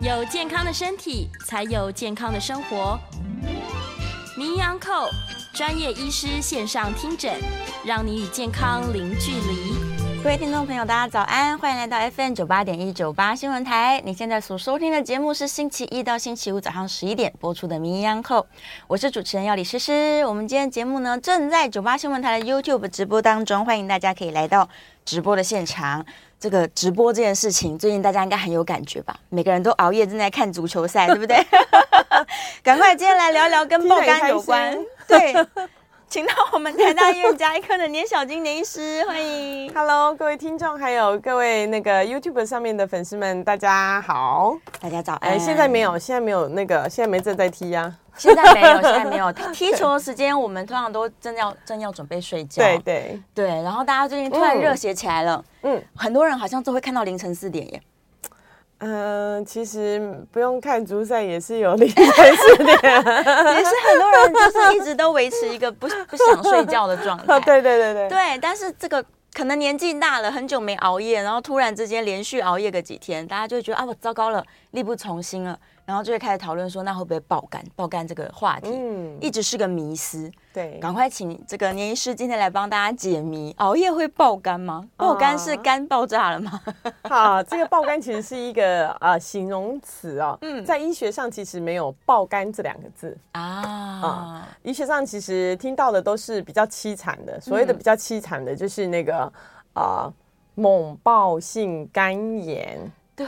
有健康的身体，才有健康的生活。名医扣专业医师线上听诊，让你与健康零距离。各位听众朋友，大家早安，欢迎来到 FM 九八点一九八新闻台。你现在所收听的节目是星期一到星期五早上十一点播出的《名医央叩》，我是主持人要李诗诗。我们今天节目呢正在九八新闻台的 YouTube 直播当中，欢迎大家可以来到直播的现场。这个直播这件事情，最近大家应该很有感觉吧？每个人都熬夜正在看足球赛，对不对？赶快今天来聊聊跟爆肝有关，对。请到我们台大医院加医科的年小金年医师，欢迎。 Hello，各位听众，还有各位那个 YouTube 上面的粉丝们，大家好。大家早安。哎、现在没有，现在没有那个，现在没正在踢啊呀、 现在 没有，现在没有。踢球的时间，我们通常都正要正要准备睡觉。对对，对然后大家最近突然热血起来了，嗯很多人好像都会看到凌晨四点 耶。嗯、其实不用看足赛也是有凌 晨四点。也是很多人就是一直都维持一个不不想睡觉的状态。 对对对对对，但是这个可能年纪大了，很久没熬夜，然后突然之间连续熬夜个几天，大家就会觉得啊，我糟糕了，力不从心了，然后就会开始讨论说，那会不会爆肝？爆肝这个话题、嗯一直是个迷思。对，赶快请这个年医师今天来帮大家解谜，熬夜会爆肝吗？啊爆肝是肝爆炸了吗？好，这个爆肝其实是一个呃形容词哦。嗯嗯，在医学上其实没有爆肝这两个字。 啊，医学上其实听到的都是比较凄惨的，所谓的比较凄惨的就是那个啊、呃猛暴性肝炎，对，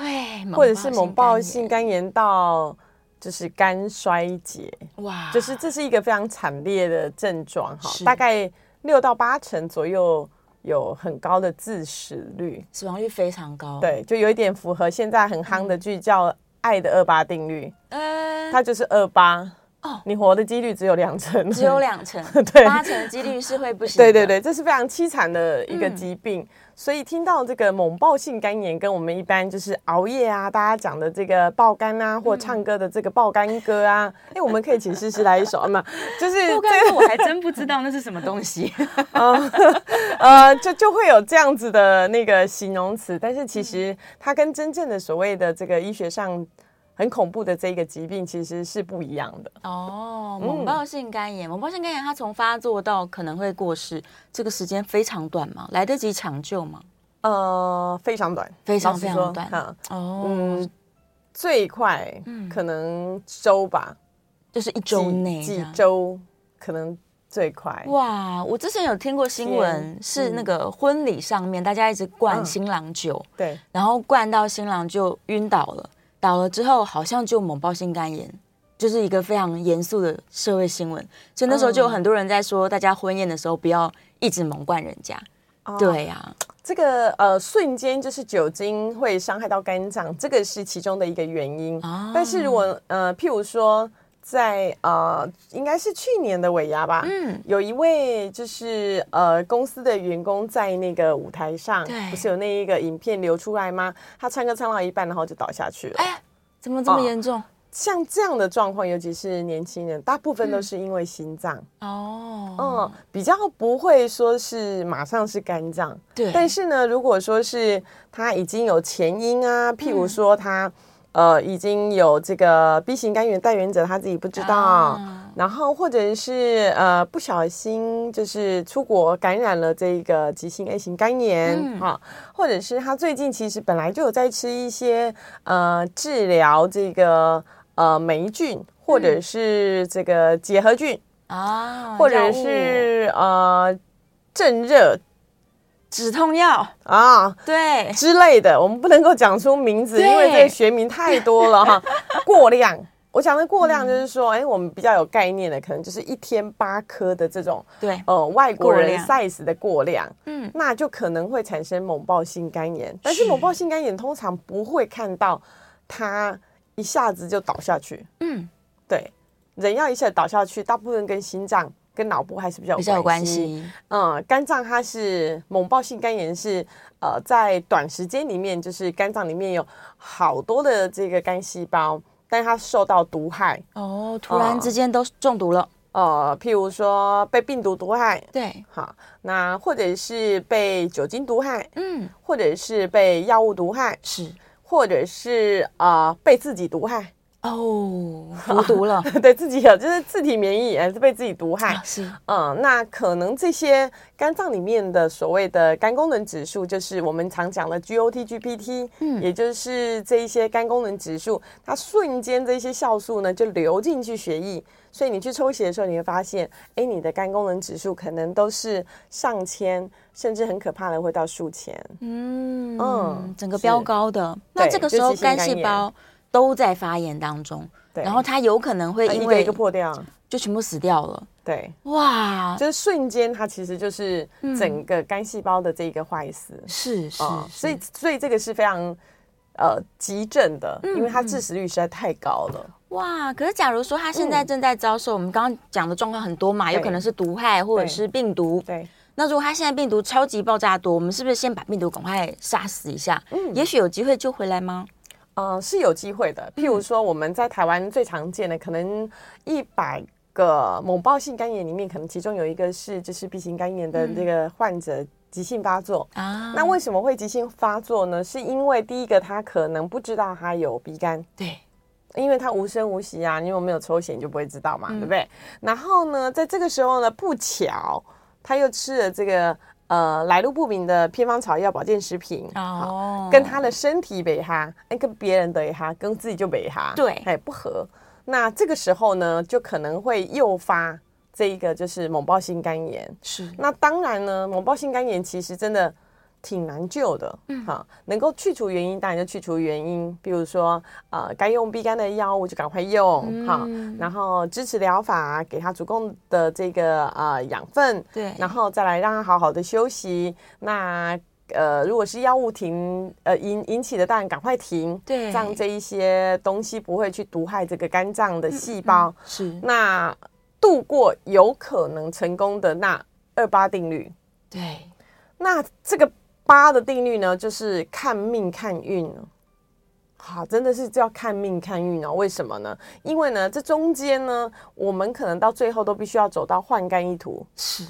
或者是猛暴性性肝肝炎到就是肝衰竭，炎哇，就是这是一个非常惨烈的症状哈是，大概六到八成左右有很高的致死率，死亡率非常高。，对，就有一点符合现在很夯嗯的剧叫《爱的二八定律》，呃，它就是二八哦，你活的几率只有两成，只有两成， 对八成的几率是会不行。对对，对，这是非常凄惨的一个嗯疾病。所以听到这个猛暴性肝炎，跟我们一般就是熬夜啊，大家讲的这个爆肝啊，或唱歌的这个爆肝 歌啊，哎、我们可以请试试来一首嘛，就是爆肝我还真不知道那是什么东 西。 呃，就就会有这样子的那个形容词，但是其实嗯它跟真正的所谓的这个医学上很恐怖的这个疾病其实是不一样的。嗯哦，猛暴性肝炎，猛暴性肝炎它从发作到可能会过世，这个时间非常短吗？来得及抢救吗？呃，非常短，非老常实非常说短嗯嗯。哦，嗯，最快可能周吧，就是一几周内这几样。周可能最快。哇，我之前有听过新闻天，哎是嗯那个婚礼上面大家一直灌嗯新郎酒，对，然后灌到新郎就晕倒了，倒了之后好像就猛暴性肝炎，就是一个非常严肃的社会新闻。所以那时候就有很多人在说，大家婚宴的时候不要一直猛灌人家。对呀、这个呃瞬间就是酒精会伤害到肝脏，这个是其中的一个原因。啊但是如果呃，譬如说在呃，应该是去年的尾牙吧，嗯，有一位就是呃公司的员工在那个舞台上对，不是有那一个影片流出来吗？他唱歌唱到一半，然后就倒下去了。哎呀，怎么这么哦严重？像这样的状况，尤其是年轻人，大部分都是因为心脏，哦，嗯比较不会说是马上是肝脏。对，但是呢，如果说是他已经有前因嗯啊，譬如说他、呃已经有这个 B 型肝炎带源者，他自己不知道，啊然后或者是呃不小心就是出国感染了这个急性 A 型肝炎嗯啊，或者是他最近其实本来就有在吃一些呃治疗这个呃霉菌或嗯者是这个结核菌，啊，或者药物是呃镇热止痛药，啊。对，之类的，我们不能够讲出名字，对因为这个学名太多了哈，过量。我讲的过量就是嗯说，哎、我们比较有概念的，可能就是一天八颗的这种，对，呃，外国过人量 size 的过量，嗯，那就可能会产生猛暴性肝炎。但是猛暴性肝炎通常不会看到它一下子就倒下去，嗯，对，人要一下子倒下去，大部分跟心脏、跟脑部还是比较比较有关。系，嗯，肝脏它是猛暴性肝炎是，呃，在短时间里面，就是肝脏里面有好多的这个肝细胞，但它受到毒害，哦，突然之间都中毒了，呃，譬如说被病毒毒害，对，好，那或者是被酒精毒害，嗯，或者是被药物毒害，是，或者是啊、呃被自己毒害， 哦，服毒了，对自己有就是自体免疫，呃也是被自己毒害。啊是嗯，那可能这些肝脏里面的所谓的肝功能指数，就是我们常讲的 GOT、GPT，嗯，也就是这一些肝功能指数，它瞬间这些酵素呢就流进去血液，所以你去抽血的时候，你会发现，哎，你的肝功能指数可能都是上千，甚至很可怕的会到数千。嗯嗯整个是飙高的。那对这个就时候急性肝肝细炎胞都在发炎当中，对然后它有可能会一因个一为嗯个破掉，就全部死掉了。对，哇，就是瞬间它其实就是嗯整个肝细胞的这一个坏死。是是啊，，所以是所以这个是非常呃急症的，因嗯为它致死率实在太高了。哇，可是假如说它现在嗯正在遭受我们刚刚讲的状况很多嘛，有对可能是毒害或者对是病毒。对，那如果它现在病毒超级爆炸多，我们是不是先把病毒赶快杀死一下？嗯，也许有机会救回来吗？呃，是有机会嗯的。譬如说，我们在台湾最常见的，可能一百个猛暴性肝炎里面，可能其中有一个是就是丙型肝炎的这个患者急性发作。啊，那为什么会急性发作呢？是因为第一个，他可能不知道他有鼻肝，对，因为它无声无息啊，你有没有抽血你就不会知道嘛，嗯对不对？然后呢，在这个时候呢，不巧他又吃了这个呃来路不明的偏方草药保健食品，哦，跟他的身体北哈，哎，跟别人的哈，跟自己就北哈，对哎，不合。那这个时候呢，就可能会诱发这一个就是猛暴性肝炎，是那当然呢，猛暴性肝炎其实真的挺难救的，嗯，哈、能够去除原因，当然就去除原因，比如说呃，该用避肝的药物就赶快用，哈、嗯然后支持疗法，给他足够的这个呃养分，对然后再来让他好好的休息。那呃，如果是药物停呃引引起的，当然赶快停，对让这一些东西不会去毒害这个肝脏的细胞。是，那度过有可能成功的那二八定律，对，那这个八的定律呢，就是看命看运了。好，真的是叫看命看运哦。为什么呢？因为呢，这中间呢，我们可能到最后都必须要走到换肝一途。是，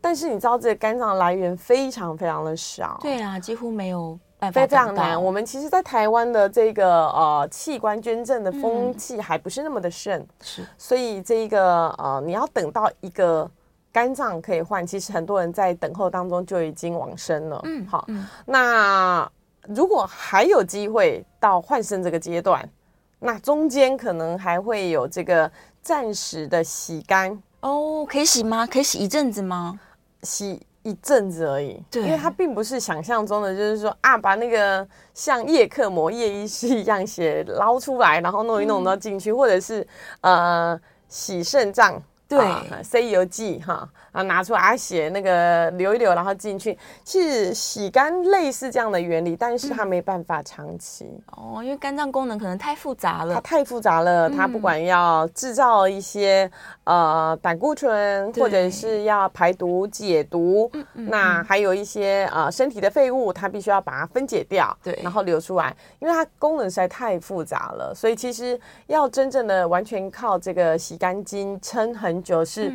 但是你知道，这个肝脏的来源非常非常的少，对啊，几乎没有办法非找到，常难。我们其实，在台湾的这个呃器官捐赠的风气还不是那么的盛。是所以这一个呃，你要等到一个肝脏可以换，其实很多人在等候当中就已经往生了。嗯，好，那如果还有机会到换肾这个阶段，那中间可能还会有这个暂时的洗肝，哦，可以洗吗？可以洗一阵子吗？洗一阵子而已，对因为它并不是想象中的，就是说啊，把那个像叶克膜、叶医师一样血捞出来，然后弄一弄到进去，或者是呃洗肾脏。对啊 C 油剂哈啊，拿出来啊血那个流一流，然后进去，是洗肝类似这样的原理，但是嗯它没办法长期，哦，因为肝脏功能可能太复杂它了，太复杂了，它嗯不管要制造一些呃胆固醇，对嗯或者是要排毒解毒，那还有一些呃身体的废物，它必须要把它分解掉，对然后流出来，因为它功能实在太复杂了，所以其实要真正的完全靠这个洗干净撑很久是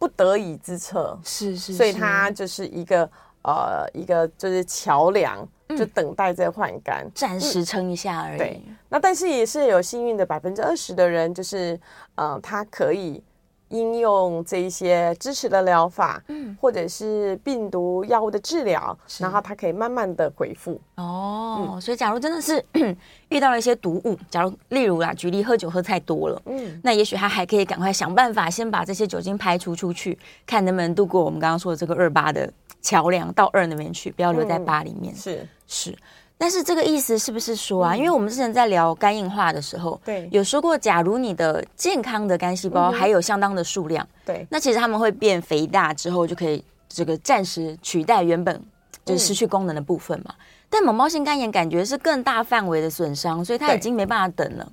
不得已之策，是嗯是，所以是它就是一个呃一个就是桥梁，嗯就等待在换肝。暂时撑一下而对已，那但是也是有幸运的百分之二十的人，就是呃，他可以应用这一些支持的疗法，嗯，或者是病毒药物的治疗，然后他可以慢慢的恢复。哦，所以假如真的是 遇到了一些毒物，假如例如啦，举例喝酒喝太多了，嗯，那也许他还可以赶快想办法先把这些酒精排除出去，看能不能度过我们刚刚说的这个二八的桥梁到二那边去，不要留在嗯八里面。是是，但是这个意思是不是说啊？因为我们之前在聊肝硬化的时候，对有说过，假如你的健康的肝细胞还有相当的数量，对那其实它们会变肥大之后，就可以这个暂时取代原本嗯就是失去功能的部分嘛。但猛疱性肝炎感觉是更大范围的损伤，所以它对已经没办法等了。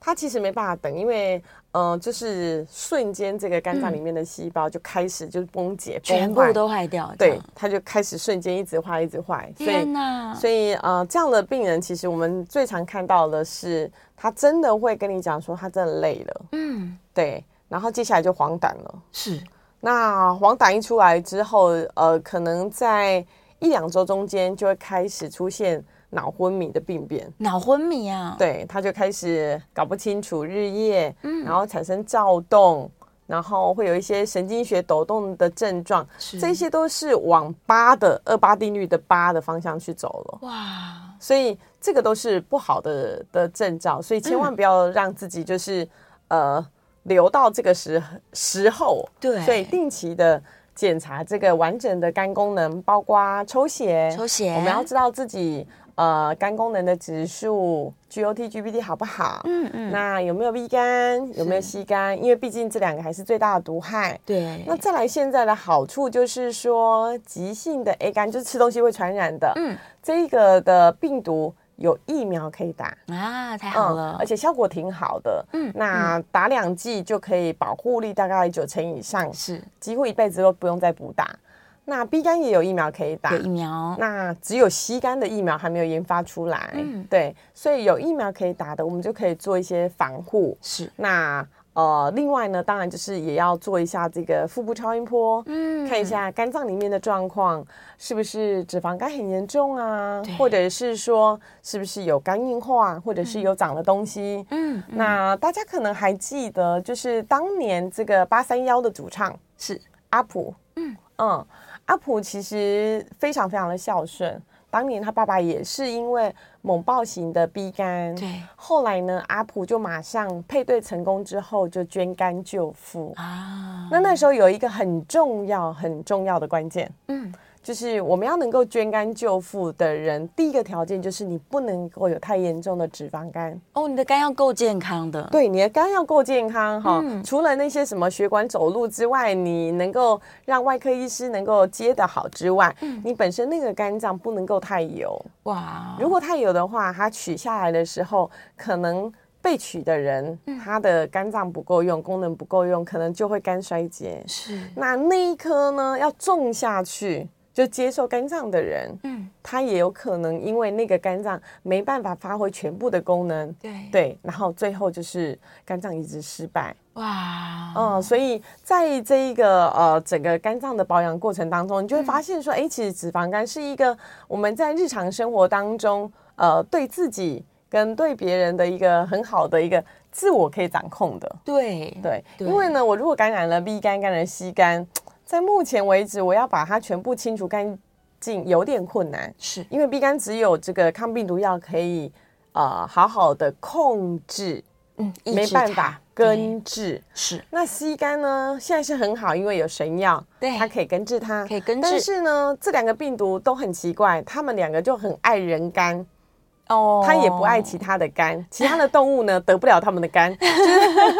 他其实没办法等，因为呃，就是瞬间这个肝脏里面的细胞就开始就是崩解，嗯全崩部坏都嗯坏掉，这对样，它就开始瞬间一直坏，一直坏，所以天哪！所以呃，这样的病人其实我们最常看到的是，他真的会跟你讲说他真的累了，嗯，对，然后接下来就黄疸了。是那黄疸一出来之后，呃，可能在一两周中间就会开始出现脑昏迷的病变。脑昏迷啊，对，他就开始搞不清楚日夜，嗯然后产生躁动，然后会有一些神经学抖动的症状，是这些都是往八的二八定律的八的方向去走了，哇，所以这个都是不好的的征兆，所以千万不要让自己就是、呃留到这个时时候，对所以定期的。检查这个完整的肝功能，包括抽血，抽血啊我们要知道自己呃肝功能的指数 GOT、GPT 好不好？嗯嗯，那有没有 B 肝？有没有 C 肝？因为毕竟这两个还是最大的毒害。对，那再来，现在的好处就是说，急性的 A 肝就是吃东西会传染的，嗯这个的病毒有疫苗可以打，啊，太好了，嗯而且效果挺好的。嗯那打两剂就可以保护力大概九成以上，是几乎一辈子都不用再补打。那 B 肝也有疫苗可以打，有疫苗，那只有吸肝的疫苗还没有研发出来，嗯对，所以有疫苗可以打的，我们就可以做一些防护。是，那呃，另外呢，当然就是也要做一下这个腹部超音波，嗯看一下肝脏里面的状况，是不是脂肪肝很严重啊对，或者是说是不是有肝硬化，或者是有长的东西。嗯，嗯那大家可能还记得，就是当年这个八三幺的主唱是阿普，嗯嗯，阿普其实非常非常的孝顺。当年他爸爸也是因为猛暴型的 B 肝，对后来呢，阿普就马上配对成功之后就捐肝救父。啊，那那时候有一个很重要、很重要的关键，嗯就是我们要能够捐肝救父的人，第一个条件就是你不能够有太严重的脂肪肝。哦，你的肝要够健康的，对，你的肝要够健康哈、嗯除了那些什么血管走路之外，你能够让外科医师能够接得好之外，你本身那个肝脏不能够太油。嗯哇，如果太油的话，它取下来的时候，可能被取的人、嗯他的肝脏不够用，功能不够用，可能就会肝衰竭。是那那一颗呢，要种下去，就接受肝脏的人，嗯他也有可能因为那个肝脏没办法发挥全部的功能，对对，然后最后就是肝脏移植失败。哇，嗯，所以在这一个呃整个肝脏的保养过程当中，你就会发现说，哎、其实脂肪肝是一个我们在日常生活当中，呃，对自己跟对别人的一个很好的一个自我可以掌控的。对对，对因为呢，我如果感染了 B 肝、感染 C 肝，在目前为止，我要把它全部清除干净有点困难，是因为 B 肝只有这个抗病毒药可以呃好好的控制，嗯，抑没制办它法对根治。是那 C 肝呢，现在是很好，因为有神药，对它可以根治它，可以根治但是呢，这两个病毒都很奇怪，它们两个就很爱人肝，哦，它也不爱其他的肝，其他的动物呢得不了它们 的肝，就是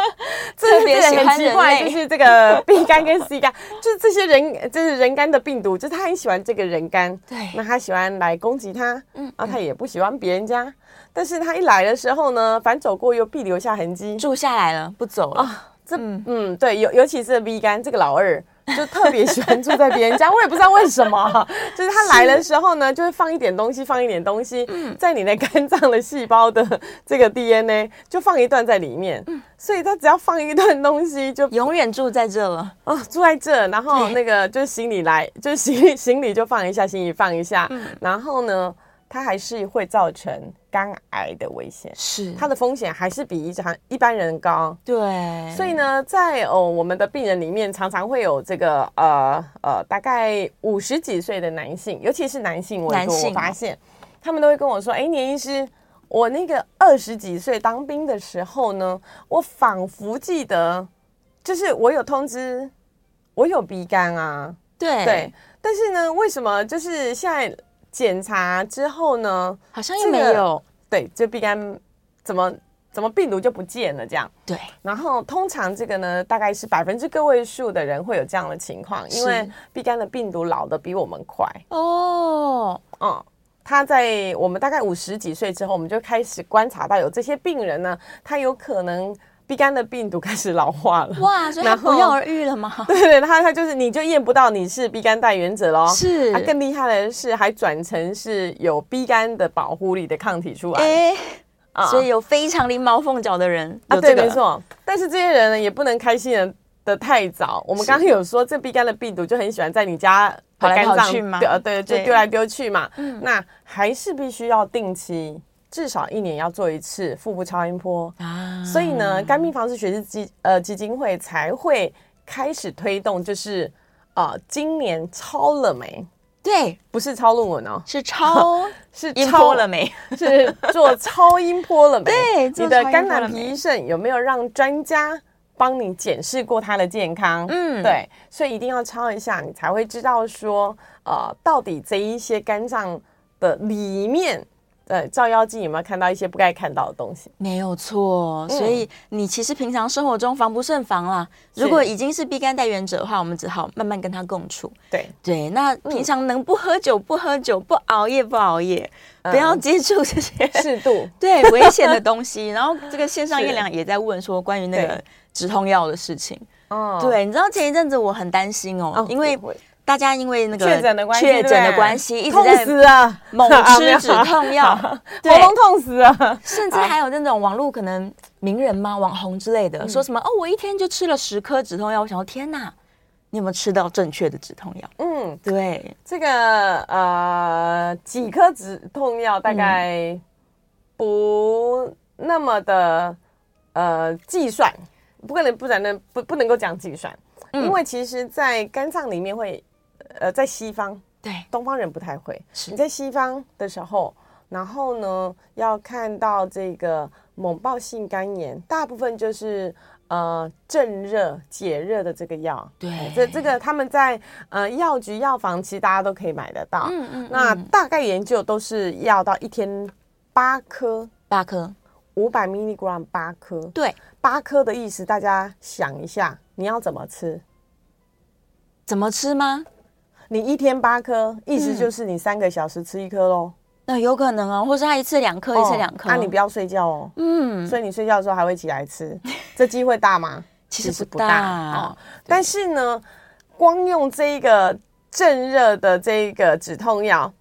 特别这喜个欢很奇人怪，类，就是这 个 B 肝跟 C 肝，就是这些人，就是人肝的病毒，就是它很喜欢这个人肝，对那它喜欢来攻击它，嗯嗯，然后它也不喜欢别人家，但是它一来的时候呢，反走过右必留下痕迹，住下来了，不走了，这嗯嗯对，尤尤其是 B 肝这个老二，就特别喜欢住在别人家，我也不知道为什么，就是他来的时候呢，就会放一点东西，放一点东西，在你的肝脏的细胞的这个 DNA 就放一段在里面，所以他只要放一段东西就永远住在这了，哦，住在这，然后对那个就是行李来，就是行李行李就放一下，行李放一下，然后呢，它还是会造成肝癌的危险，是它的风险还是比一般一般人高。对，所以呢，在哦我们的病人里面，常常会有这个呃呃，大概五十几岁的男性，尤其是男性为男多，性我哦发现他们都会跟我说：“哎，年医师，我那个二十几岁当兵的时候呢，我仿佛记得，就是我有通知，我有鼻肝啊，对对，但是呢，为什么就是现在检查之后呢，好像也这没个有，对，这鼻肝怎么怎么病毒就不见了这样？”对，然后通常这个呢，大概是百分之个位数的人会有这样的情况，因为是 B 肝的病毒老的比我们快，哦，嗯。他在我们大概五十几岁之后，我们就开始观察到有这些病人呢，他有可能 B 肝的病毒开始老化了。 哇，所以他然不后药而愈了吗？对对，他他就是你就验不到你是 B 肝带原者喽。 是他更厉害的是还转成是有 B 肝的保护力的抗体出来。哎，啊所以有非常灵毛凤角的人啊，有这对，个，没，错。但是这些人呢，也不能开心的的太早。我们刚刚有说，这 B 肝的病毒就很喜欢在你家跑的来肝跑脏去吗丢呃对，就对嗯丢来丢去嘛。那还是必须要定期，至少一年要做一次腹部超音波。啊，所以呢，肝病防治学习基呃基金会才会开始推动，就是啊、呃今年超了没？对，不是抄论文哦，是超是音超波了没？是做超音波了没？对做你的超音肝波了胆脾没医生有没有让专家帮你检视过他的健康？嗯对，所以一定要抄一下，你才会知道说，呃，到底这一些肝脏的里面，呃，照妖镜有没有看到一些不该看到的东西？ 没有错，所嗯以你其实平常生活中防不胜防啦。如果已经是逼肝代原者的话，我们只好慢慢跟他共处。 对，对，那平常能不喝酒不喝酒，不熬夜不熬夜，不要接触这 些适度。对危险的东西。然后这个线 上是月亮也在问说关于那个对止痛药的事情。哦，对，你知道前一阵子我很担心哦哦，因为我大家因为那个确诊的关系，确诊对的不对关系一直痛在死 啊，猛吃止痛药 对喉咙痛死啊。 甚至还有那种网络可能名人吗、网红之类的，嗯说什么哦，我一天就吃了十颗止痛药，我想说天哪，你有没有吃到正确的止痛药？嗯，对，这个呃，几颗止痛药大嗯概不那么的呃计算，不可能不然呢不不能够讲计算，嗯因为其实，在肝脏里面会呃，在西方对，东方人不太会，是你在西方的时候，然后呢要看到这个猛暴性肝炎，大部分就是。呃，镇热解热的这个药，对哎这这个他们在呃药局药房其实大家都可以买得到。嗯嗯那嗯大概研究都是要到一天八颗，八颗，五百 milligram 八颗。对，八颗的意思，大家想一下，你要怎么吃？怎么吃吗？你一天八颗，意嗯思就是你三个小时吃一颗喽。那有可能哦，或是他一次两颗，一次两颗，那、啊、你不要，要睡觉哦。嗯，所以你睡觉的时候还会起来吃，这机会大吗？其实其实不不大大哦。但是呢，光用这一个镇热的这个止痛药，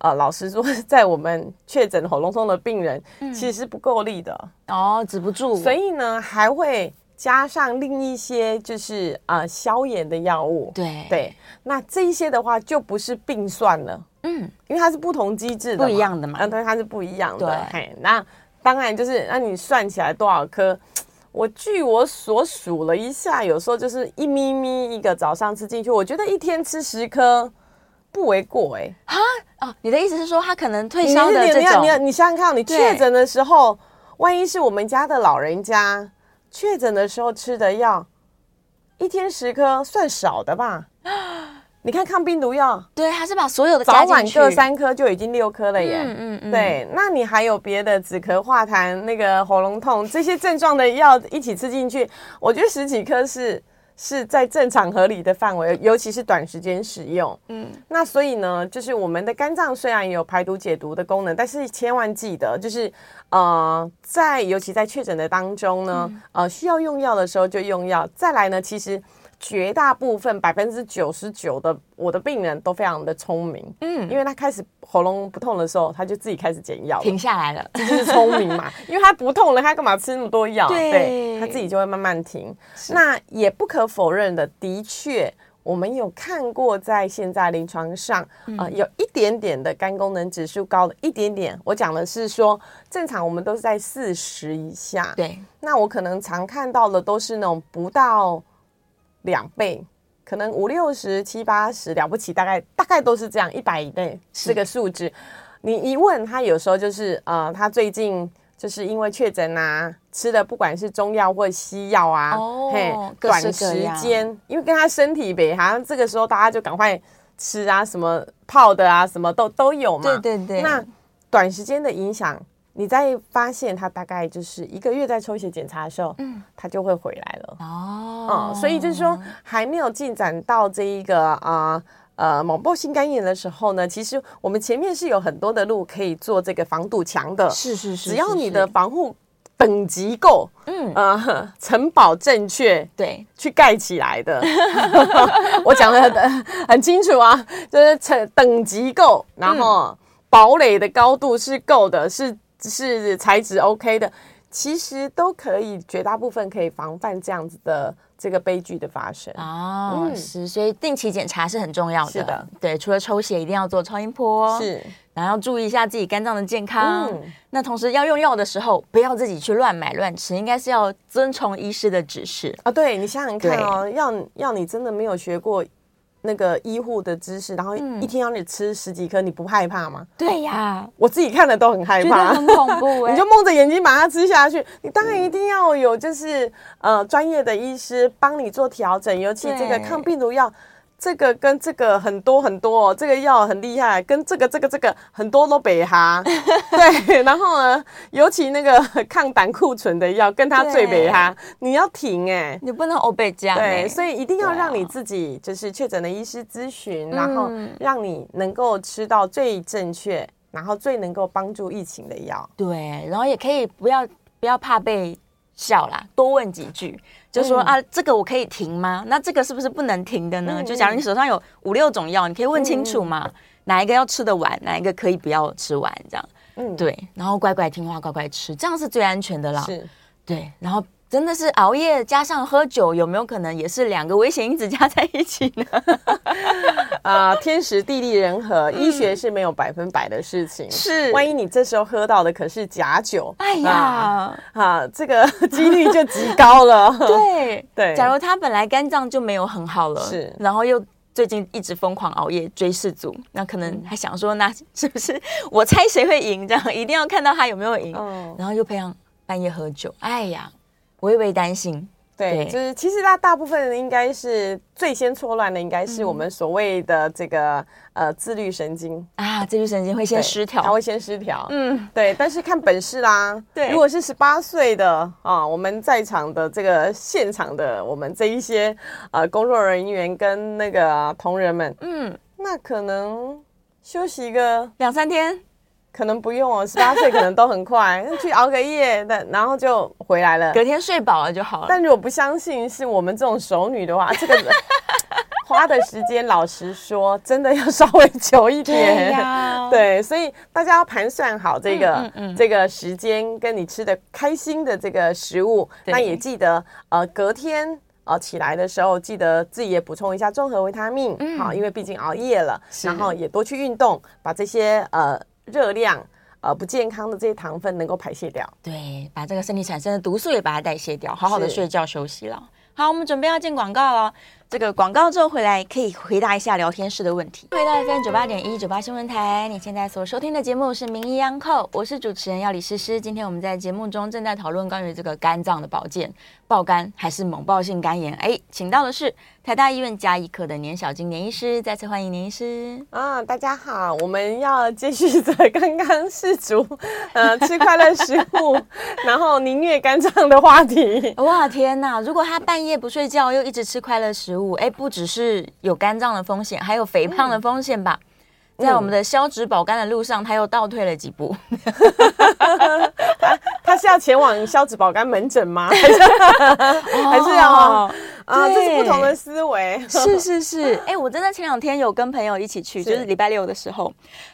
呃，老实说，在我们确诊喉咙痛的病人，嗯其实不够力的。哦，止不住，所以呢，还会加上另一些就是啊、呃消炎的药物。 对，对，那这一些的话就不是并算了，嗯，因为它是不同机制的，不一样的嘛嗯，对，它是不一样的。对嘿，那当然就是，那你算起来多少颗？我据我所数了一下，有时候就是一咪咪一个早上吃进去，我觉得一天吃十颗不为过哎、欸哦，你的意思是说他可能退你烧的你这你要你要种，你想想看哦，你对确诊的时候，万一是我们家的老人家确诊的时候吃的药，一天十颗算少的吧？ 你看抗病毒药，对，他是把所有的早加进晚去各，三颗就已经六颗了耶。嗯嗯嗯，，对，那你还有别的止咳化痰、那个喉咙痛这些症状的药一起吃进去，我觉得十几颗是是在正常合理的范围，尤其是短时间使用。嗯，那所以呢，就是我们的肝脏虽然有排毒解毒的功能，但是千万记得，就是呃，在尤其在确诊的当中呢，呃，需要用药的时候就用药。再来呢，其实绝大部分百分之九十九的我的病人都非常的聪明，嗯嗯，因为他开始喉咙不痛的时候，他就自己开始减药了，停下来了，这就是聪明嘛，因为他不痛了，他干嘛吃那么多药？对他自己就会慢慢停。那也不可否认的，的确，我们有看过在现在临床上，呃，有一点点的肝功能指数高的一点点。我讲的是说，正常我们都是在四十以下，对，那我可能常看到的都是那种不到两倍，可能五六十、七八十了不起，大概大概都是这样，一百以内这个数值。你一问他，有时候就是呃，他最近就是因为确诊啊，吃的不管是中药或西药啊，哦各式短各时样间，因为跟他身体呗，好像这个时候大家就赶快吃啊，什么泡的啊，什么都都有嘛，对对对，那短时间的影响，你在发现它大概就是一个月在抽血检查的时候，嗯，它就会回来了。哦嗯，，所以就是说还没有进展到这一个啊。呃，猛暴性肝炎的时候呢，其实我们前面是有很多的路可以做这个防堵墙的，是是是，只要是你是的防护等级够，嗯呃，城堡正确，对去盖起来的。 我讲的很很清楚啊，就是层等级够，然嗯后堡垒的高度是够的，是是材质 OK 的，其实都可以，绝大部分可以防范这样子的这个悲剧的发生。哦，嗯是，所以定期检查是很重要的。是的，对，除了抽血一定要做超音波，，是，然后要注意一下自己肝脏的健康。嗯那同时要用药的时候，不要自己去乱买乱吃，应该是要遵从医师的指示。啊，对你想想看哦，要要你真的没有学过那个医护的知识，然后嗯一天要你吃十几颗，你不害怕吗？对呀、我自己看了都很害啊觉得怕，很恐怖哎、 你就蒙着眼睛把它吃下去。你当然一定要有就是呃专业的医师帮你做调整，尤其这个对抗病毒药。这个跟这个很多很多、哦，这个药很厉害，跟这个这个这个很多都北哈，对。然后呢，尤其那个抗胆固醇的药，跟它最北哈，你要停哎、你不能欧贝加对，哎。所以一定要对啊让你自己就是确诊的医师咨询，然后让你能够吃到最正确，然后最能够帮助疫情的药。对，然后也可以不要不要怕被笑啦，多问几句，就说、嗯啊，这个我可以停吗？那这个是不是不能停的呢？嗯就假如你手上有五六种药，你可以问清楚嘛，哪一个要吃得完，哪一个可以不要吃完，这样嗯，对，啊然后乖乖听话，乖乖吃，这样是最安全的啦。是对，然后。真的是熬夜加上喝酒，有没有可能也是两个危险因子加在一起呢？啊、天时地利人和，医学是没有百分百的事情。嗯是万一你这时候喝到的可是假酒， 哎啊，呀，啊这个 几率就极高了。 对对假如他本来肝脏就没有很好了，是然后又最近一直疯狂熬夜追世足，那可能还想说，那是不是我猜谁会赢？这样一定要看到他有没有赢，嗯，然后又培养半夜喝酒，哎呀，微微担心。对对，就是其实大大部分应该是最先错乱的，应该嗯是我们所谓的这个呃自律神经啊，自律神经会先对失它调会，先失调。嗯，对，但是看本事啦。对如果是十八岁的啊，我们在场的这个现场的我们这一些呃工作人员跟那个同仁们，嗯，那可能休息一个，两三天，可能不用哦，十八岁可能都很快， 去熬个夜，但然后就回来了。隔天睡饱了就好了。但如果不相信是我们这种熟女的话，这 个花的时间，老实说，真的要稍微久一点。呀 对，所以大家要盘算好这个、哦嗯嗯嗯这个时间，跟你吃的开心的这个食物，对那也记得呃隔天。呃，起来的时候记得自己也补充一下综合维他命，嗯好、因为毕竟熬夜了，是然后也多去运动，把这些呃热量、呃不健康的这些糖分能够排泄掉。对，把这个身体产生的毒素也把它代谢掉，好好的是睡觉休息了。好，我们准备要进广告了。这个广告之后回来可以回答一下聊天室的问题。回到 FM 九八点一九八新闻台，你现在所收听的节目是《名医央叩》，我是主持人要李诗诗。今天我们在节目中正在讨论关于这个肝脏的保健，爆肝还是猛爆性肝炎？哎，请到的是台大医院加医科的年小金年医师，再次欢迎年医师。啊，大家好，我们要接续着刚刚试足， 呃，吃快乐食物，然后凌虐肝脏的话题。哇天呐！如果他半夜不睡觉，又一直吃快乐食物，哎，不只是有肝脏的风险，还有肥胖的风险吧？在我们的消脂保肝的路上，他又倒退了几步。他是要前往消脂保肝门诊吗？还是 还是要啊，这是不同的思 维。是是是，哎、我真的前两天有跟朋友一起去，是就是礼拜六的时候，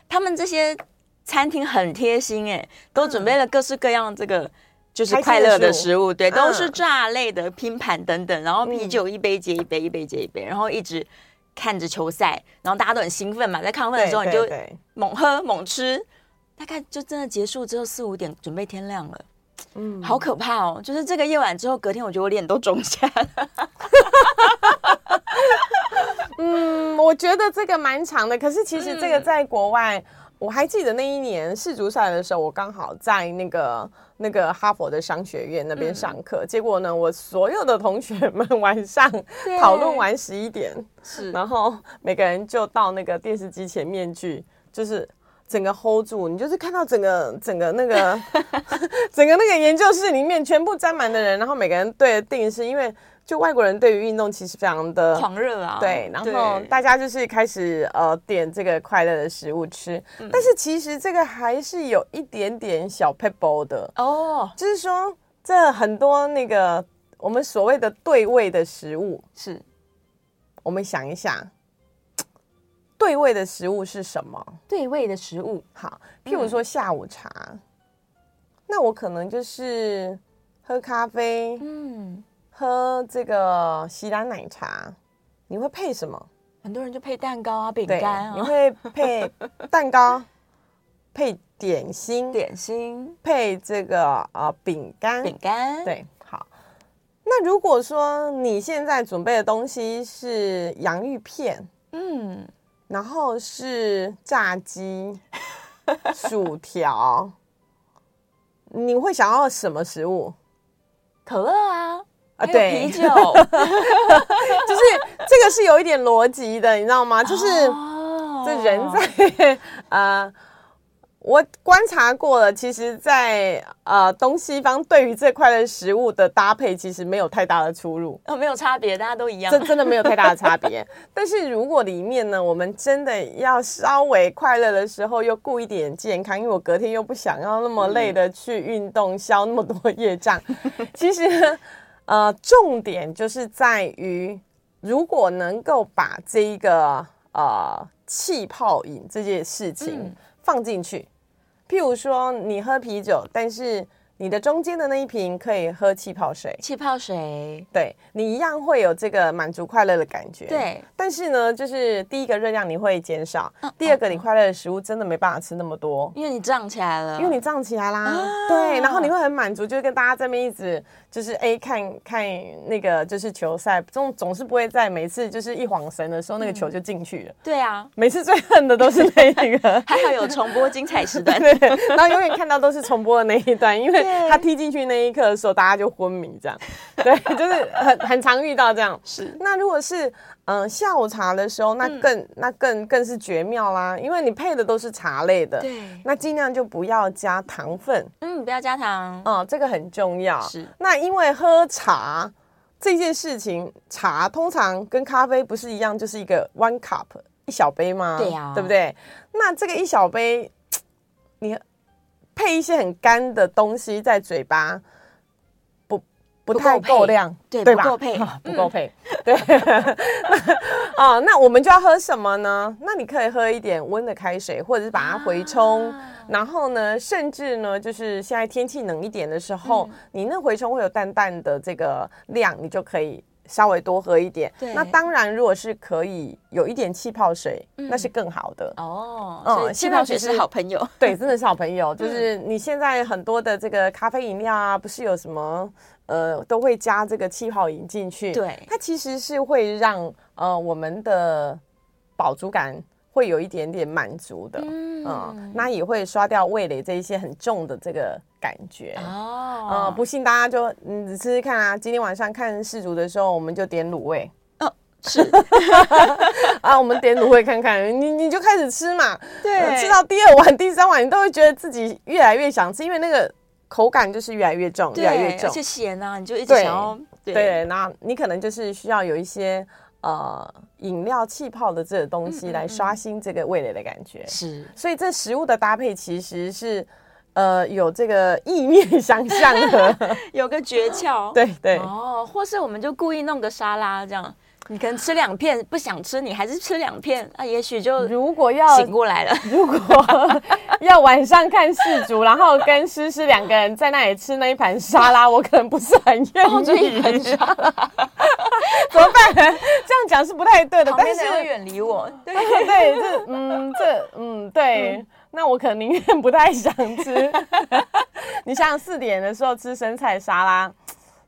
他们这些餐厅很贴心、哎，都准备了各式各样这个。就是开心快的乐的食食物，对，都嗯是炸类的拼盘等等，然后啤嗯酒一杯接一杯，一杯接一杯，然后一直看着球赛，然后大家都很兴奋嘛，在亢奋的时候你就对猛喝猛吃，大概就真的结束之后四五点，准备天亮了，嗯，好可怕哦！就是这个夜晚之后，隔天我觉得我脸都肿起来了。嗯，我觉得这个蛮长的，可是其实这嗯个在国外。我还记得那一年世足赛的时候，我刚好在那个那个哈佛的商学院那嗯边上课，结果呢，我所有的同学们 晚上对讨论完十一点，是然后 每个人就到那个电视机前面去，就是整个 hold 住，你就是看到整个整个那个 整个那个研究室里面全部沾满的人，然后每个人对着电视，因为就外国人对于运动其实非常的狂热啊，对，然后大家就是开始呃点这个快乐的食物吃，但是其实这个还是有一点点小 pebble 的，哦就是说这很多那个我们所谓的对味的食物，是我们想一下，对味的食物是什么？对味的食物，好，譬如嗯说下午茶，那我可能就是喝咖啡、嗯，喝这个喜兰奶茶，你会配什么？很多人就配蛋糕啊、饼对，干你啊、会配蛋糕， 配点心，点心、配这个啊饼干，饼干，，对，好。那如果说你现在准备的东西是洋芋片，嗯，然后是炸鸡、薯条，你会想要什么食物？可乐啊，啊还有对啤 酒，就是这个是有一点逻辑的，你知道吗？就是哦这人在呃，我观察过了，其实在，呃东西方对于这块的食物的搭配，其实没有太大的出入。哦没有差别，大家都一样这，真的没有太大的差 别。但是如果里面呢，我们真的要稍微快乐的时候，又顾一点健康，因为我隔天又不想要那嗯么累的去运动，消那么多业障。其实呢，呃，重点就是在于，如果能够把这一个呃气泡饮这件事情嗯放进去，譬如说你喝啤酒，但是你的中间的那一瓶可以喝气泡水。气泡水，对你一样会有这个满足快乐的感觉。，对，但是呢，就是第一个热量你会减少，第二个你快乐的食物真的没办法吃那么多。因为你胀起来了，因为你胀起来啦，对，然后你会很满足，就跟大家这边一直就是哎看看那个就是球赛，总总是不会在每次就是一晃神的时候，那个球就进去了。对啊，每次最恨的都是那一个，还好有重播精彩时 段，然后永远看到都是重播的那一段，因为他踢进去那一刻的时候，大家就昏迷这样。对，就是很很常遇到这样。是。那如果是嗯、呃下午茶的时候，那更、那更更是绝妙啦，因为你配的都是茶类的。对那尽量就不要加糖分嗯，不要加糖，啊、这个很重要。是。那因为喝茶这件事情，茶通常跟咖啡不是一样，就是一个 one cup 一小杯吗？对呀对不对？那这个一小杯，你配一些很干的东西在嘴巴，不不不太够配够量，对吧？ 不够配不够配， 对。那啊、那我们就要喝什么呢？那你可以喝一点温的开水，或者是把它回冲。然后呢，甚至呢，就是现在天气冷一点的时候，你那蛔虫会有淡淡的这个量，你就可以稍微多喝一点。对那当然，如果是可以有一点气泡水，那是更好的。哦，嗯所以气现泡在水其是实好朋友，对，真的是好朋友。嗯就是你现在很多的这个咖啡饮料啊，不是有什么呃，都会加这个气泡饮进去。对它其实是会让呃我们的饱足感会有一点点满足的。嗯，那也会刷掉味蕾这一些很重的这个感觉。哦呃，不信大家就你试试看啊！今天晚上看世足的时候，我们就点卤味哦 是，啊，我们点卤味看看，你你就开始吃嘛，对吃到第二碗、第三碗，你都会觉得自己越来越想吃，因为那个口感就是越来越重，越来越对，而重。且咸啊，你就一直对想要，对，那你可能就是需要有一些呃饮料气泡的这个东嗯西来刷新这个味蕾的感觉。是，所以这食物的搭配其实是呃有这个意面相向 的，有个诀窍，对对。哦，或是我们就故意弄个沙拉这样，你可能吃两片不想吃，你还是吃两片啊，也许就如果要醒过来了。如果要晚上看世足，然后跟诗诗两个人在那里吃那一盘沙拉，我可能不是很愿哦，意。这一盆沙拉， 怎么办？这样讲是不太对的，旁 但边是的人会远离我。对，对，这嗯，这嗯，对，那我可能宁愿不太想吃。 你想想四点的时候吃生菜沙拉，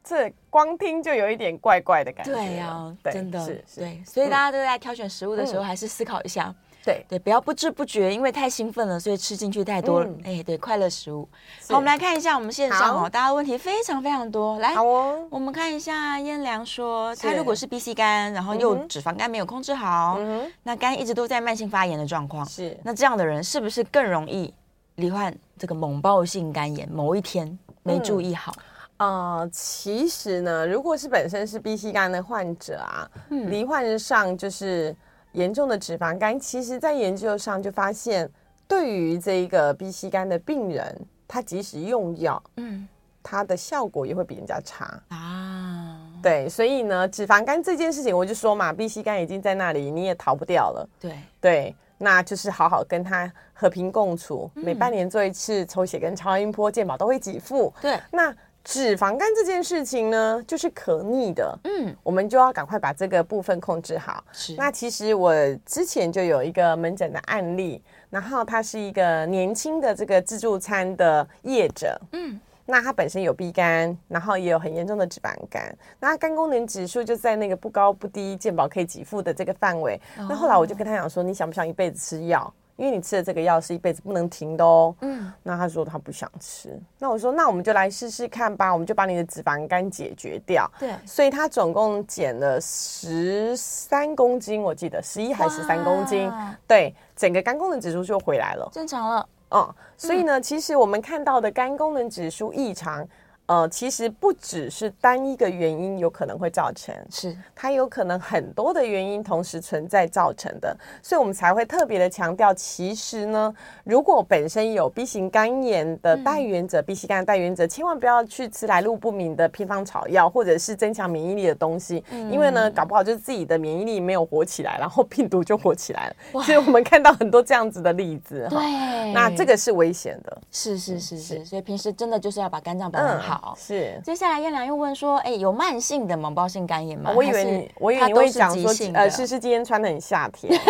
这光听就有一点怪怪的感觉了。对呀，对真的是，嗯是，对，所以大家都在挑选食物的时候，还是思考一下，对对，不要不知不觉，因为太兴奋了，所以吃进去太多了嗯。哎，对，快乐食物。好，我们来看一下我们线上哦，好大家问题非常非常多。来，好哦，我们看一下燕良说，是他如果是 B C 肝，然后又嗯哼脂肪肝没有控制好，嗯哼，那肝一直都在慢性发炎的状况，是。那这样的人是不是更容易罹患这个猛暴性肝炎？某一天没嗯注意好，呃，其实呢，如果是本身是 B C 肝的患者啊，罹患上就是严重的脂肪肝，其实在研究上就发现，对于这一个 B C 肝的病人，他即使用药，嗯它的效果也会比人家差。啊，对，所以呢，脂肪肝这件事情，我就说嘛，B C 肝已经在那里，你也逃不掉了。对，对，那就是好好跟他嗯和平共处，每半年做一次抽血跟超音波，健保都会给付。对，那脂肪肝这件事情呢，就是可逆的，嗯，我们就要赶快把这个部分控制好。是那其实我之前就有一个门诊的案例，然后他是一个年轻的这个自助餐的业者，嗯，那他本身有 B 肝，然后也有很严重的脂肪肝，那他肝功能指数就在那个不高不低，健保可以给付的这个范围。那后来我就跟他讲说，你想不想一辈子吃药？因为你吃的这个药是一辈子不能停的哦。嗯，那他说他不想吃，那我说那我们就来试试看吧，我们就把你的脂肪肝解决掉。对所以他总共减了十三公斤，我记得十一还是十三公斤哇，对，整个肝功能指数就回来了。正常了，嗯，所以呢，其实我们看到的肝功能指数异常，呃，其实不只是单一个原因有可能会造成，是它有可能很多的原因同时存在造成的，所以我们才会特别的强调，其实呢，如果本身有 B 型肝炎嗯的带源者、b 型肝的带源者，千万不要去吃来路不明的偏方草药或者是增强免疫力的东西，嗯因为呢，搞不好就是自己的免疫力没有活起来，然后病毒就活起来了。所以我们看到很多这样子的例子哈。对那这个是危险的，是是是是，所以平时真的就是要把肝脏保嗯，养好。是。接下来燕良又问说，哎，有慢性的猛暴性肝炎吗？我以为还是你，我以为它你都会是讲急说性，呃，的是是今天穿的很夏 天，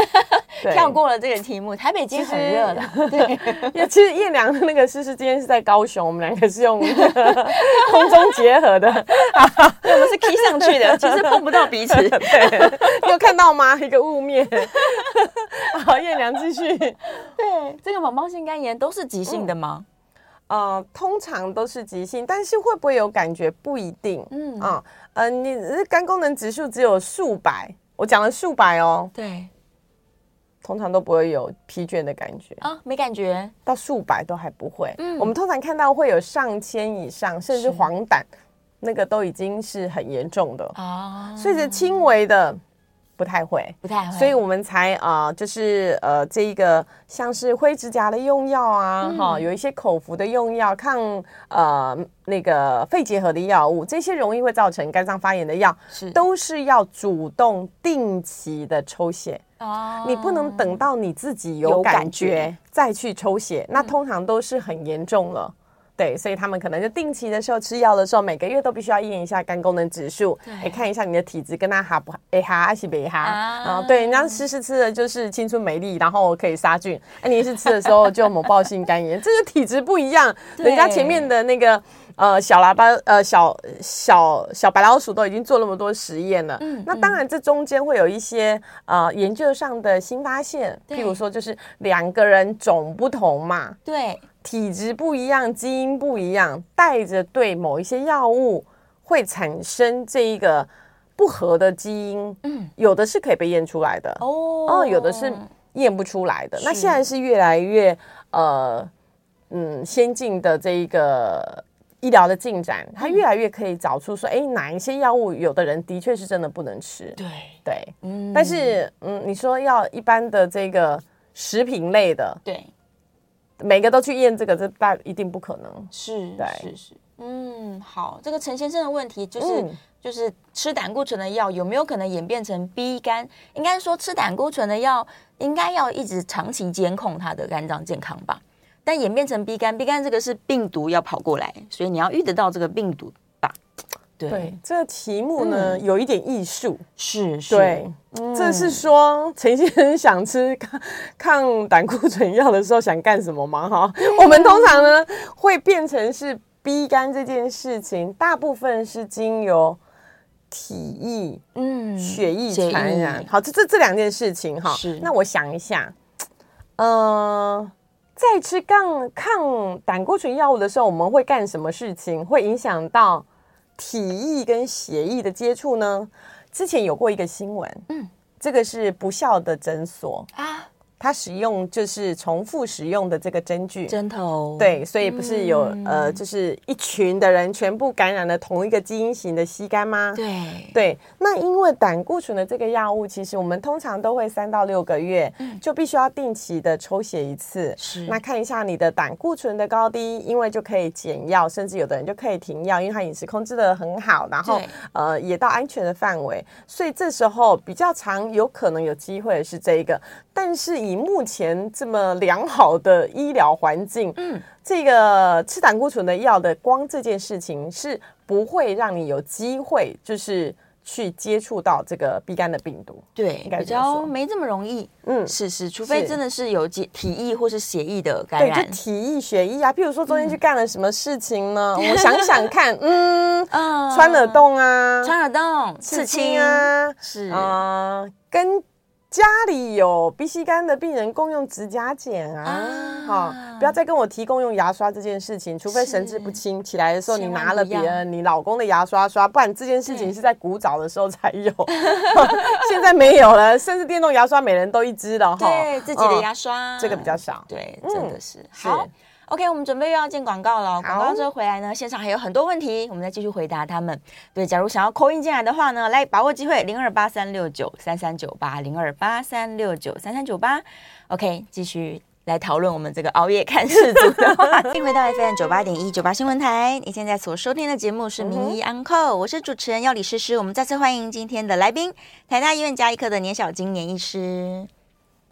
对跳过了这个题目，台北今天很热的， 对，也其实叶良的那个诗诗今天是在高雄，我们两个是用 空中结合的。我们是 key 上去的，其实碰不到彼 此。对，你有看到吗？一个雾面。 好，叶良继续。对，这个猛暴性肝炎都是急性的吗？呃，通常都是急性，但是会不会有感觉不一定。嗯嗯啊，呃，你肝功能指数只有数百，我讲了数百哦，对通常都不会有疲倦的感觉。啊，没感觉，到数百都还不会。嗯我们通常看到会有上千以上，甚是至黄疸，那个都已经是很严重的。啊，所以这轻微的不太会。不太会，哦所以我们才啊、呃就是呃，这一个像是灰指甲的用药啊，哈、有一些口服的用药，抗呃那个肺结核的药物，这些容易会造成肝脏发炎的药，是都是要主动定期的抽血。啊你不能等到你自己有有感感觉觉嗯再去抽血，那通常都是很严重了。对，所以他们可能就定期的时候吃药的时候，每个月都必须要验一下肝功能指数，也看一下你的体质跟它合不合哎哈还是没哈啊啊？对，人家诗诗吃的就是青春美丽，然后可以杀菌，哎，你是吃的时候就某暴性肝炎，这个体质不一 样，人家前面的那个呃小喇叭呃小小小白老鼠都已经做那么多实验了，嗯那当然这中间会有一些呃研究上的新发现，对譬如说就是两个人种不同嘛，对体质不一样，基因不一样，带着对某一些药物会产生这一个不合的基因，嗯有的是可以被验出来的，哦哦，有的是验不出来的。那现在是越来越呃，嗯，先进的这一个医疗的进展，嗯它越来越可以找出说，哎、哪一些药物，有的人的确是真的不能吃。对，对，嗯但是嗯，你说要一般的这个食品类的，对每个都去验这个，这大一定不可能。是对是是，嗯，好，这个陈先生的问题就是。嗯就是吃胆固醇的药有没有可能演变成 B 肝？应该说吃胆固醇的药应该要一直长期监控他的肝脏健康吧。但演变成 B 肝，B 肝这个是病毒要跑过来，所以你要遇得到这个病毒吧？对，对，这个题目呢、嗯有一点艺术。是，是对，这是说陈先生想吃 抗抗胆固醇药的时候想干什么吗？哈， 我们通常呢会变成是逼肝这件事情，大部分是经由体液、嗯，血液血传染液。好，这这这两件事情哈是，那我想一下，呃。在吃抗抗胆固醇药物的时候，我们会干什么事情会影响到体液跟血液的接触呢？之前有过一个新闻，嗯嗯，这个是不孝的诊所，啊，它使用就是重复使用的这个针具。针嗯头，，对，所以不是有、呃，就是一群的人全部感染了同一个基因型的吸肝吗？对，对，那因为胆固醇的这个药物，其实我们通常都会三到六个月、就必须要定期的抽血一次。是那看一下你的胆固醇的高低，因为就可以减药，甚至有的人就可以停药，因为他饮食控制的很好，然后对呃也到安全的范围，所以这时候比较常有可能有机会的是这一个。但是以以目前这么良好的医疗环境，嗯，这个吃胆固醇的药的光这件事情是不会让你有机会就是去接触到这个 B 肝的病毒。对，应该比这么说较没这么容易。嗯，是是，除非是真的是有解体液或是血液的感对，就染。体液、血液啊，譬如说中间去干了什么事 情呢？我想想看，嗯，嗯穿耳，洞啊，穿耳洞，刺青，啊，是啊、跟家里有 B C 肝的病人共用指甲剪啊，哈、啊不要再跟我提共用牙刷这件事情，除非神志不清，起来的时候你千万拿了不别要人你老公的牙刷刷，不然这件事对情是在古早的时候才 有，现在没有了，甚至电动牙刷每人都一支了哈，对自己的嗯牙刷，这个比较少，对，嗯真的是好。OK，我们准备又要进广告了。广告之后回来呢，现场还有很多问题，我们再继续回答他们。对，假如想要扣音进来的话呢，来把握机会，零二八三六九三三九八，零二八三六九三三九八。OK，继续来讨论我们这个熬夜看世足的话 题。欢迎回到 FM 九八点一九八新闻台，你现在所收听的节目是《名医 Uncle》，我是主持人药理诗诗。我们再次欢迎今天的来宾，台大医院加医科的年小金年医师。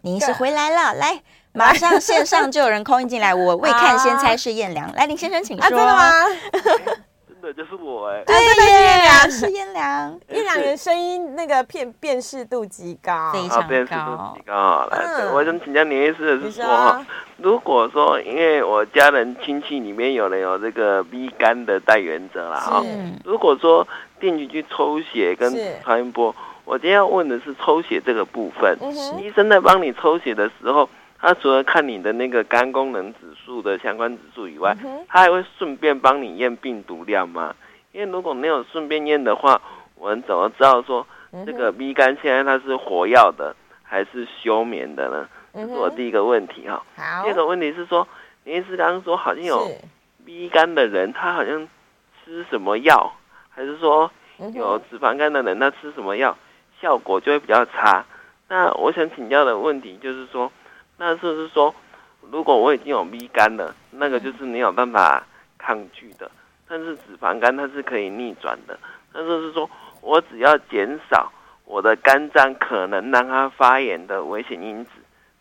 您医师回来 了，来，马上线上就有人空 a 进来。我未看先猜是燕良，来， 林先生请说。啊，真的吗？？真的就是我哎、哦对耶，燕良是燕良，一两人声音那个辨辨识度极高，非啊，常辨识高度极高。啊来，嗯我想请教您一次你是说说哈，如果说因为我家人亲戚里面有人有这个 B 肝的带原者啦哈，是嗯，如果说定期去抽血跟是超音波，我今天要问的是抽血这个部分。嗯哼医生在帮你抽血的时候，他除了看你的那个肝功能指数的相关指数以外，嗯他还会顺便帮你验病毒量吗？因为如果没有顺便验的话，我们怎么知道说嗯这个 B 肝现在它是活药的还是休眠的呢？这嗯是哼我第一个问题哈、好第二个问题是说，您是刚刚说好像有是 B 肝的人，他好像吃什么药，还是说嗯哼有脂肪肝的人，他吃什么药效果就会比较差。那我想请教的问题就是说，那是不是说，如果我已经有 B 肝了，那个就是没有办法抗拒的，但是脂肪肝它是可以逆转的。那就是说我只要减少我的肝脏可能让它发炎的危险因子，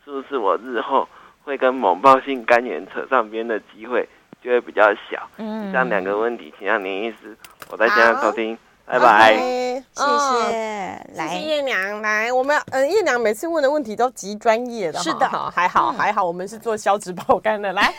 是不是我日后会跟猛暴性肝炎扯上边的机会就会比较小？嗯以上两个问题，请让您医师，我在线上收听，拜拜。 OK，谢嗯谢，谢谢来，叶娘来，我们嗯，叶娘每次问的问题都极专业的哈，是的好还好、嗯还好，我们是做消脂保肝的，来，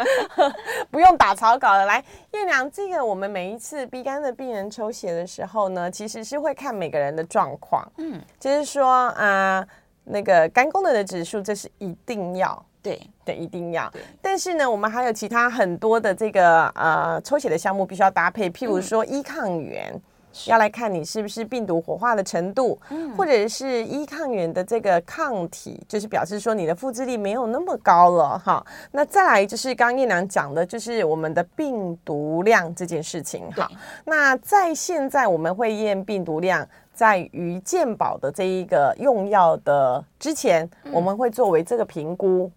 不用打草稿了。来，叶娘，这个我们每一次 B 肝的病人抽血的时候呢，其实是会看每个人的状况，嗯，就是说啊、那个肝功能的指数，这是一定要。对，对，一定要对。但是呢，我们还有其他很多的这个呃抽血的项目必须要搭配，譬如说依抗原。要来看你是不是病毒活化的程度，或者是依抗原的这个抗体，就是表示说你的复制力没有那么高了哈。那再来就是刚刚叶良讲的，就是我们的病毒量这件事情哈。那在现在我们会验病毒量，在于健保的这一个用药的之前，我们会作为这个评估。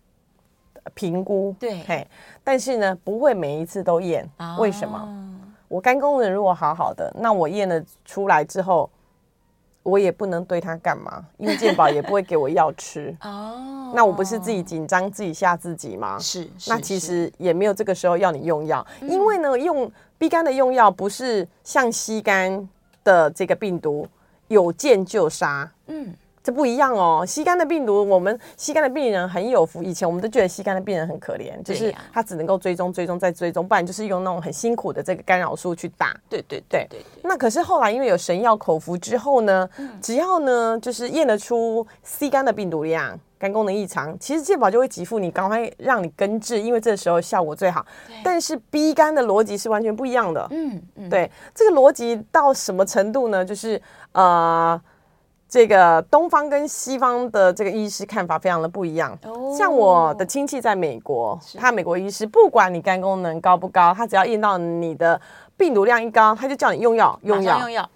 评估对嘿，但是呢，不会每一次都验，为什么？么？，我肝功能如果好好的，那我验了出来之后，我也不能对它干嘛，因为健保也不会给我药吃哦，那我不是自己紧张自己吓自己吗？是，是那其是嗯实也没有这个时候要你用药，因为呢，用 B 肝的用药不是像吸肝的这个病毒有见就杀，嗯，这不一样哦。吸肝的病毒，我们吸肝的病人很有福，以前我们都觉得吸肝的病人很可怜，就是他只能够追踪、追踪再追踪，不然就是用那种很辛苦的这个干扰素去打。对对对对对，那可是后来因为有神药口服之后呢，嗯只要呢就是验得出 C 肝的病毒量、肝功能异常，其实健保就会给付你，赶快让你根治，因为这时候效果最好。但是 B 肝的逻辑是完全不一样的。嗯嗯，对，这个逻辑到什么程度呢？就是呃，这个东方跟西方的这个医师看法非常的不一样。哦像我的亲戚在美国，他美国医师不管你肝功能高不高，他只要验到你的病毒量一高，他就叫你用药用马上药。用药，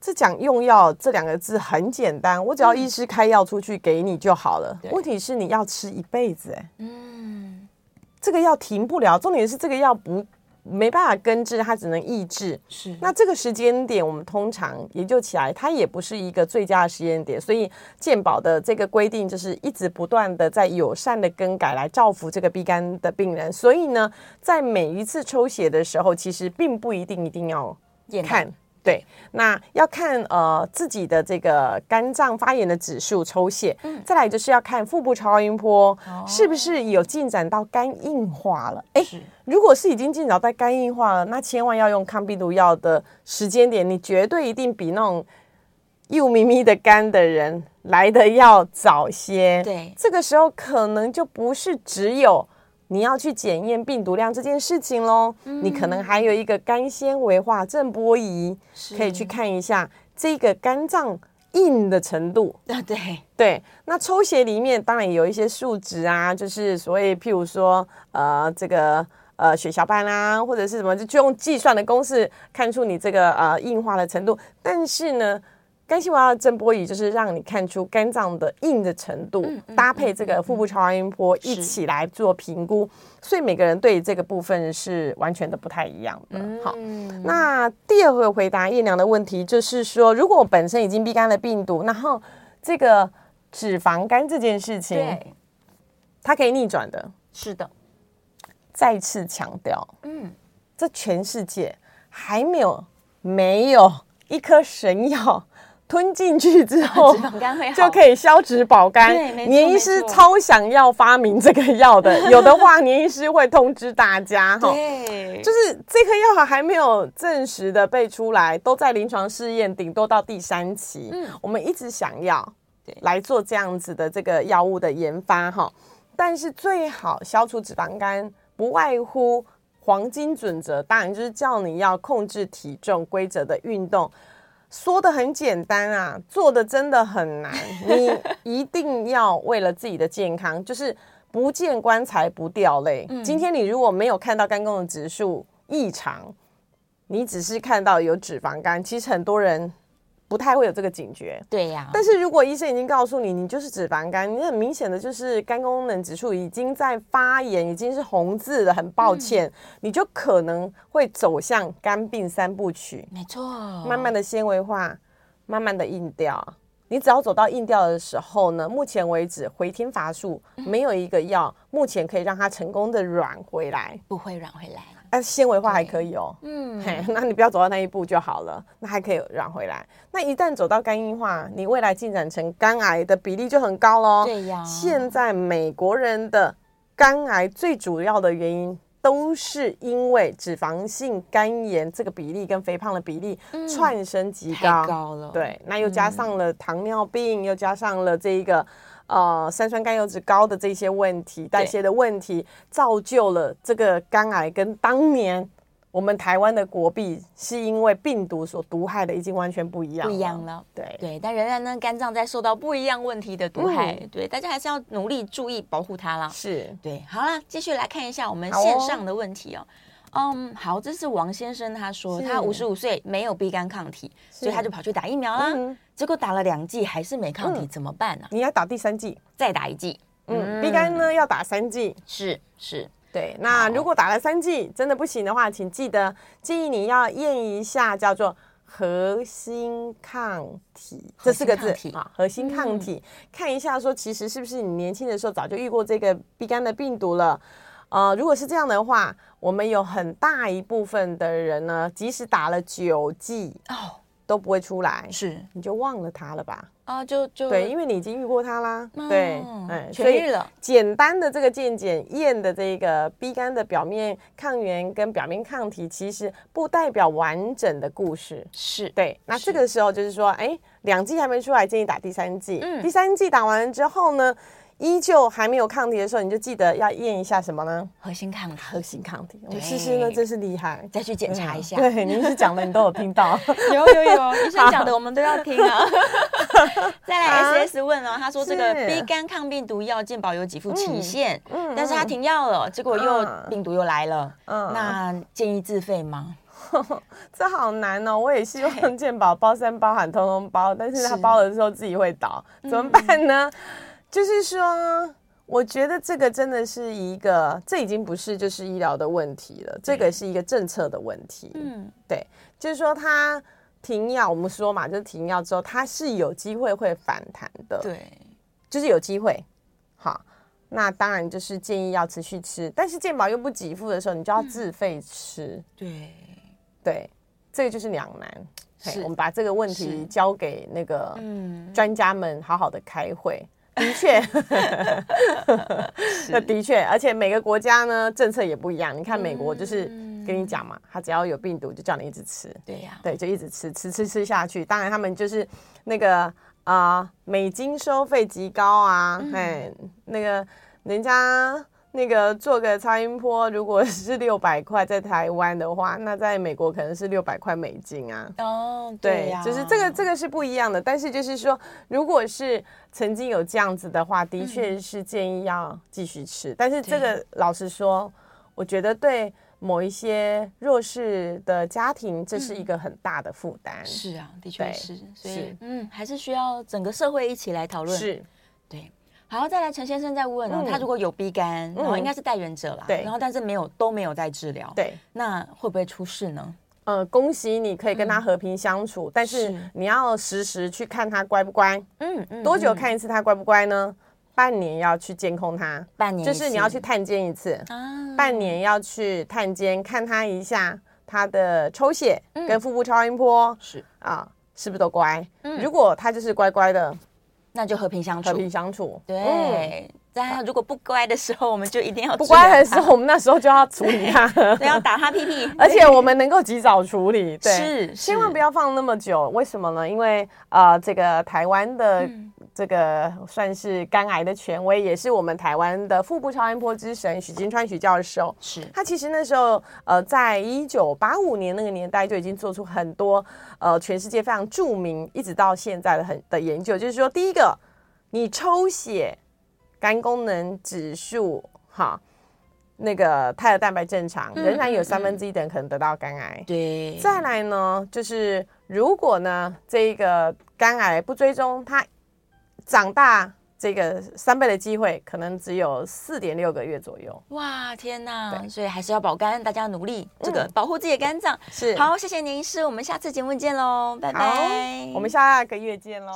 这讲用药这两个字很简单，我只要医师开药出去给你就好了。嗯对问题是你要吃一辈子、哎，嗯，这个药停不了。重点是这个药不没办法根治，它只能抑制。是那这个时间点，我们通常研究起来，它也不是一个最佳的时间点，所以健保的这个规定就是一直不断的在友善的更改来造福这个鼻肝的病人。所以呢，在每一次抽血的时候，其实并不一定一定要验到看。对，那要看呃自己的这个肝脏发炎的指数抽血，再来就是要看腹部超音波、是不是有进展到肝硬化了。哎，如哦果是已经进展到肝硬化了，那千万要用抗病毒药的时间点，你绝对一定比那种又咪咪的肝的人来的要早些。对这个时候可能就不是只有你要去检验病毒量这件事情喽，你可能还有一个肝纤维化震波仪，可以去看一下这个肝脏硬的程度。啊，对，对，那抽血里面当然有一些数值啊，就是所谓譬如说呃这个。呃，血小板啦、或者是什么，就就用计算的公式看出你这个呃硬化的程度。但是呢，肝纤维化震波仪就是让你看出肝脏的硬的程度，嗯搭配这个腹部超音波一起来做评估，所以每个人对这个部分是完全的不太一样的。嗯好，那第二个回答叶良的问题就是说，如果我本身已经 B 肝的病毒，然后这个脂肪肝这件事情，对，它可以逆转的。是的，再次强调，嗯，这全世界还没有没有一颗神药吞进去之 后脂，肪肝会好，就可以消脂保肝对没。错年医没师错超想要发明这个 药的，有的话年医师会通知大家哈。对，就是这颗药还没有证实的被出来，都在临床试验，顶多到第三期。我们一直想要对来做这样子的这个药物的研发哈，但是最好消除脂肪肝，不外乎黄金准则，当然就是叫你要控制体重、规则的运动。说的很简单啊，做的真的很难。你一定要为了自己的健康，就是不见棺材不掉泪。今天你如果没有看到肝功能指数异常，你只是看到有脂肪肝，其实很多人不太会有这个警觉。对呀、但是如果医生已经告诉你你就是脂肪肝，你很明显的就是肝功能指数已经在发炎，已经是红字了，很抱歉，你就可能会走向肝病三部曲。没错，慢慢的纤维化，慢慢的硬掉。你只要走到硬掉的时候呢，目前为止回天乏术，没有一个药目前可以让它成功的软回来。不会软回来，啊，纤维化还可以哦，嗯，嘿，那你不要走到那一步就好了，那还可以软回来。那一旦走到肝硬化，你未来进展成肝癌的比例就很高喽。对呀现在美国人的肝癌最主要的原因。都是因为脂肪性肝炎这个比例跟肥胖的比例窜升极高，嗯太高了嗯对，那又加上了糖尿病，又加上了这一个呃三酸甘油脂高的这些问题，代谢的问题，造就了这个肝癌跟当年我们台湾的国币是因为病毒所毒害的已经完全不一样，不一样。了。对对，但仍然呢，肝脏在受到不一样问题的毒害，对，大家还是要努力注意保护它啦。是对，好啦，继续来看一下我们好哦线上的问题哦。嗯，好，这是王先生他说是他五十五岁没有 B 肝抗体，所以他就跑去打疫苗啦。嗯结果打了两剂还是没抗体，嗯怎么办呢、你要打第三剂，再打一剂，嗯，B 肝呢要打三剂。是是，对，那如果打了三剂真的不行的话，请记得建议你要验一下叫做核心抗体这四个核心抗字体嗯啊，核心抗体，看一下说其实是不是你年轻的时候早就遇过这个 B 肝的病毒了。呃，如果是这样的话，我们有很大一部分的人呢，即使打了九剂哦，都不会出来，是你就忘了它了吧？啊，就就对，因为你已经遇过它啦，对，哎，痊所以愈了简单的这个健检验的这个 B 肝的表面抗原跟表面抗体，其实不代表完整的故事。是对，那这个时候就是说，哎，两剂还没出来，建议打第三剂。嗯第三剂打完之后呢，依旧还没有抗体的时候，你就记得要验一下什么呢？核心抗体，核心抗体。我们诗诗呢真是厉害，再去检查一下。嗯 对，您是讲的，你都有听到。 有有有，医生讲的我们都要听 啊。再来 S S 问哦，他说这个啊是 B 肝抗病毒药健保有给付期嗯限，嗯但是他停药了，结果又嗯病毒又来了，嗯那建议自费吗？这好 难哦！我也希望健保包山包海通通包，但是他是嗯 包的时候自己会倒，怎么办呢？就是说，我觉得这个真的是一个，这已经不是就是医疗的问题了，这个是一个政策的问题。嗯，对，就是说它停药，我们说嘛，就是停药之后，它是有机会会反弹的，，对，就是有机会。好，那当然就是建议要持续吃，但是健保又不给付的时候，你就嗯要自费吃。对，对，这个就是两难。嘿是我们把这个问是题交给那个嗯，专家们好好的开会。的 确， 那的确，而且每个国家呢政策也不一样。你看美国就是嗯跟你讲嘛，他只要有病毒就叫你一直吃，对呀、对，就一直吃吃吃吃下去。当然他们就是那个啊、呃美金收费极高啊，哎、那个人家那个做个超音波，如果是六百块在台湾的话，那在美国可能是六百块美金啊。哦，对，呀、就是这个这个是不一样的，但是就是说，如果是曾经有这样子的话，的确是建议要继续吃。但是这个老实说，我觉得对某一些弱势的家庭，这是一个很大的负担。嗯是啊，的确对是，所以是嗯，还是需要整个社会一起来讨论。，是对。好，再来陈先生在问哦，嗯他如果有鼻肝，然后应该是带源者啦，对然后但是没有都没有在治疗，，对。那会不会出事呢？呃，恭喜你可以跟他和平相处，但是嗯是你要时时去看他乖不乖，嗯嗯，多久嗯？看一次他乖不乖呢？半年要去监控他，半年一就次，是你要去探监一次，啊，半年要去探监看他一下他的抽血跟腹部超音波嗯是，啊，是不是都乖？如果他就是乖乖的那就和平相和处。平相处，嗯，对，但他如果不乖的时候，我们就一定要不乖的时治疗候，我们那时候就要处理他。他， 对，要打他屁屁， 而且我们能够及早处理，对，是千万是不要放那么久。为什么呢？因为呃，这个台湾的嗯这个算是肝癌的权威，也是我们台湾的腹部超音波之神许金川许教授。是他其实那时候，呃，在一九八五年那个年代就已经做出很多，呃，全世界非常著名，一直到现在的很的研究，就是说，第一个，你抽血肝功能指数哈，那个胎儿蛋白正常，仍然有三分之一的人可能得到肝癌。对，再来呢，就是如果呢这个肝癌不追踪，它长大这个三倍的机会，可能只有四点六个月左右。哇，天哪！对嗯所以还是要保肝，大家努力这个保护自己的肝脏。是好，谢谢您医师，我们下次节目见喽，拜好拜。我们下个月见喽。